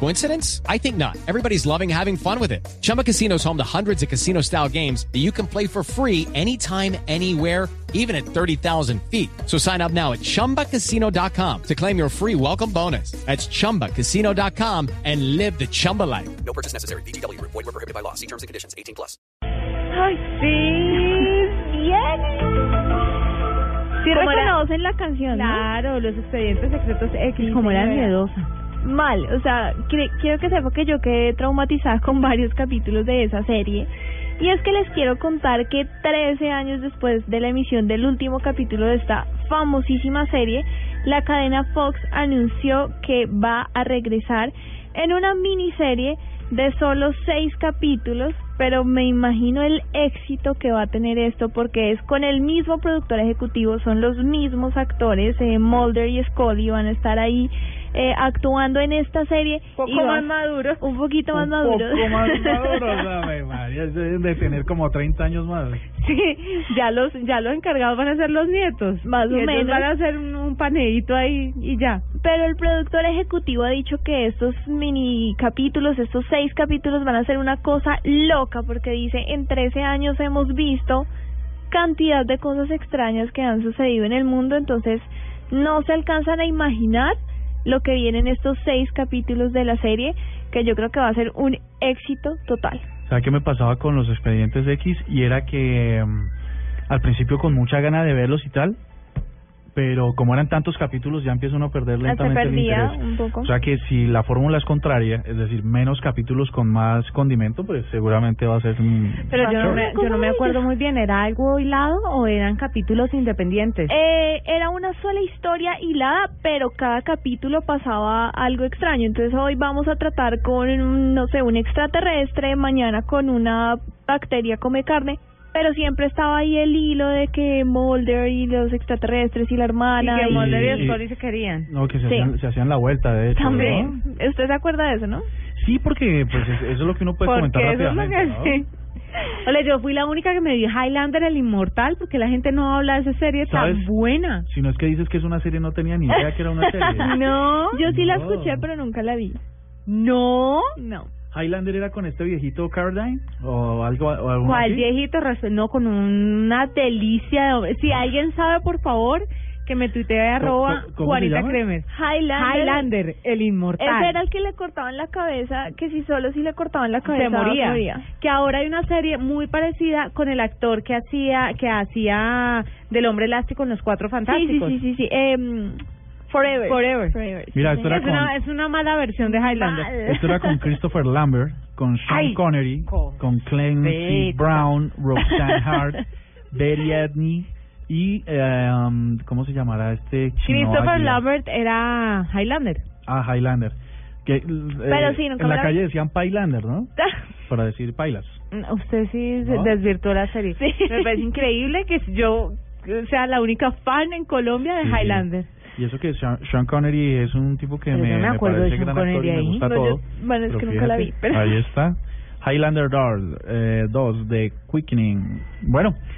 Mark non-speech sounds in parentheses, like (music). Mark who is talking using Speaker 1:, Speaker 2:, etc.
Speaker 1: Coincidence? I think not. Everybody's loving having fun with it. Chumba Casino is home to hundreds of casino style games that you can play for free anytime, anywhere even at 30,000 feet. So sign up now at ChumbaCasino.com to claim your free welcome bonus. That's ChumbaCasino.com and live the Chumba life.
Speaker 2: No purchase necessary. BGW. Void were prohibited by law. See terms and conditions. 18 plus.
Speaker 3: Ay, sí.
Speaker 4: Bien.
Speaker 3: Sí
Speaker 4: ¿Cómo era?
Speaker 3: reconocen la canción, ¿no?
Speaker 4: Claro, los expedientes secretos X,
Speaker 3: Sí,
Speaker 4: como era
Speaker 3: señora.
Speaker 4: miedosa.
Speaker 3: Mal, o sea, cre- quiero que sepa que yo quedé traumatizada con varios capítulos de esa serie. Y es que les quiero contar que 13 años después de la emisión del último capítulo de esta famosísima serie, la cadena Fox anunció que va a regresar en una miniserie de solo seis capítulos, pero me imagino el éxito que va a tener esto porque es con el mismo productor ejecutivo, son los mismos actores, eh, Mulder y Scully van a estar ahí eh, actuando en esta serie.
Speaker 4: Poco
Speaker 3: y va-
Speaker 4: más maduros.
Speaker 3: Un poquito más
Speaker 5: un
Speaker 3: maduros.
Speaker 5: poco más
Speaker 3: (laughs)
Speaker 5: maduros, ave María, eso deben de tener como 30 años más.
Speaker 3: sí,
Speaker 4: Ya los, ya los encargados van a ser los nietos.
Speaker 3: Más
Speaker 4: y
Speaker 3: o
Speaker 4: ellos
Speaker 3: menos.
Speaker 4: van a hacer un, un paneíto ahí y ya.
Speaker 3: pero el productor ejecutivo ha dicho que estos mini capítulos, estos seis capítulos van a ser una cosa loca porque dice en 13 años hemos visto cantidad de cosas extrañas que han sucedido en el mundo, entonces no se alcanzan a imaginar lo que viene en estos seis capítulos de la serie, que yo creo que va a ser un éxito total.
Speaker 5: ¿Sabes qué me pasaba con los expedientes X? Y era que mm, al principio con mucha gana de verlos y tal, pero como eran tantos capítulos ya empieza uno a perder
Speaker 3: Ah, Se
Speaker 5: lentamente el
Speaker 3: perdía
Speaker 5: interés.
Speaker 3: un poco.
Speaker 5: O sea que si la fórmula es contraria, es decir, menos capítulos con más condimento, pues seguramente va a ser... mm,
Speaker 4: Pero yo no,
Speaker 3: Claro.
Speaker 4: me, yo no me acuerdo muy bien, ¿era algo hilado o eran capítulos independientes?
Speaker 3: Eh, era una sola historia hilada, pero cada capítulo pasaba algo extraño. Entonces hoy vamos a tratar con, no sé, un extraterrestre, mañana con una bacteria come carne, pero siempre estaba ahí el hilo de que Mulder y los extraterrestres y la
Speaker 4: y
Speaker 3: hermana.
Speaker 4: que
Speaker 3: y-
Speaker 4: Mulder y
Speaker 5: y-
Speaker 4: Scully se querían.
Speaker 5: No, que se,
Speaker 3: Sí.
Speaker 5: hacían, se hacían la vuelta, de hecho.
Speaker 3: También.
Speaker 5: ¿no?
Speaker 3: ¿Usted se acuerda de eso, no?
Speaker 5: Sí, porque pues, es- eso es lo que uno puede comentar
Speaker 4: porque eso es lo
Speaker 5: rápidamente.
Speaker 4: que
Speaker 5: ¿no?
Speaker 3: (laughs)
Speaker 4: sí. Oye, yo fui la única que me vi Highlander el inmortal porque la gente no habla de esa serie tan
Speaker 5: ¿Sabes?
Speaker 4: buena.
Speaker 5: Si no es que dices que es una serie, no tenía ni idea que era una serie.
Speaker 4: (laughs) (laughs) No,
Speaker 3: Yo sí la
Speaker 5: No.
Speaker 3: escuché, pero nunca la vi.
Speaker 4: no.
Speaker 3: No.
Speaker 5: Highlander era con este viejito Carradine o algo o alguno
Speaker 4: ¿Cuál
Speaker 5: así?
Speaker 4: viejito Rafael? No, con una delicia de hombre. Si alguien sabe, por favor, que me tuitee arroba
Speaker 5: cómo se
Speaker 4: Juanita
Speaker 5: llama?
Speaker 4: Kremer.
Speaker 3: Highlander.
Speaker 4: Highlander, el inmortal.
Speaker 3: Ese era el que le cortaban la cabeza, que si solo si le cortaban la cabeza
Speaker 4: se moría. Que ahora hay una serie muy parecida con el actor que hacía que hacía del hombre elástico en los cuatro
Speaker 3: Sí, sí,
Speaker 4: fantásticos.
Speaker 3: sí, sí, sí. em, forever.
Speaker 4: Forever.
Speaker 3: Forever. sí,
Speaker 5: Mira, esto
Speaker 3: señor.
Speaker 5: era
Speaker 4: Es, una, es una mala versión de Highlander.
Speaker 3: Mal.
Speaker 5: Esto era con Christopher Lambert, con Sean
Speaker 4: Ay,
Speaker 5: Connery,
Speaker 4: con-
Speaker 5: con Clancy
Speaker 4: Vete.
Speaker 5: Brown, Roxanne
Speaker 4: (laughs)
Speaker 5: Hart, Betty Edney y eh, um, ¿cómo se llamará este chino?
Speaker 4: Christopher
Speaker 5: águila?
Speaker 4: Lambert era Highlander.
Speaker 5: Ah, Highlander. Que, eh,
Speaker 3: Pero sí, nunca me
Speaker 5: en la
Speaker 3: la-
Speaker 5: calle decían Pailander, ¿no?
Speaker 3: (laughs)
Speaker 5: Para decir Pailas.
Speaker 4: Mm, Usted sí se
Speaker 5: ¿No?
Speaker 4: desvirtuó la serie.
Speaker 3: Sí.
Speaker 4: Me parece increíble que yo sea la única fan en Colombia de
Speaker 5: Sí, sí.
Speaker 4: Highlander.
Speaker 5: Y eso que Sean, Sean Connery es un tipo que
Speaker 4: Pero
Speaker 5: me,
Speaker 4: yo me
Speaker 5: me
Speaker 4: acuerdo de
Speaker 5: parece
Speaker 4: Sean
Speaker 5: gran actor
Speaker 4: Connery
Speaker 5: y me
Speaker 4: ahí.
Speaker 5: gusta
Speaker 3: No, yo-
Speaker 5: todo.
Speaker 3: bueno, es
Speaker 5: Pero
Speaker 3: que nunca la vi, pero-
Speaker 5: Ahí está. Highlander Doll, eh, 2 de Quickening. Bueno,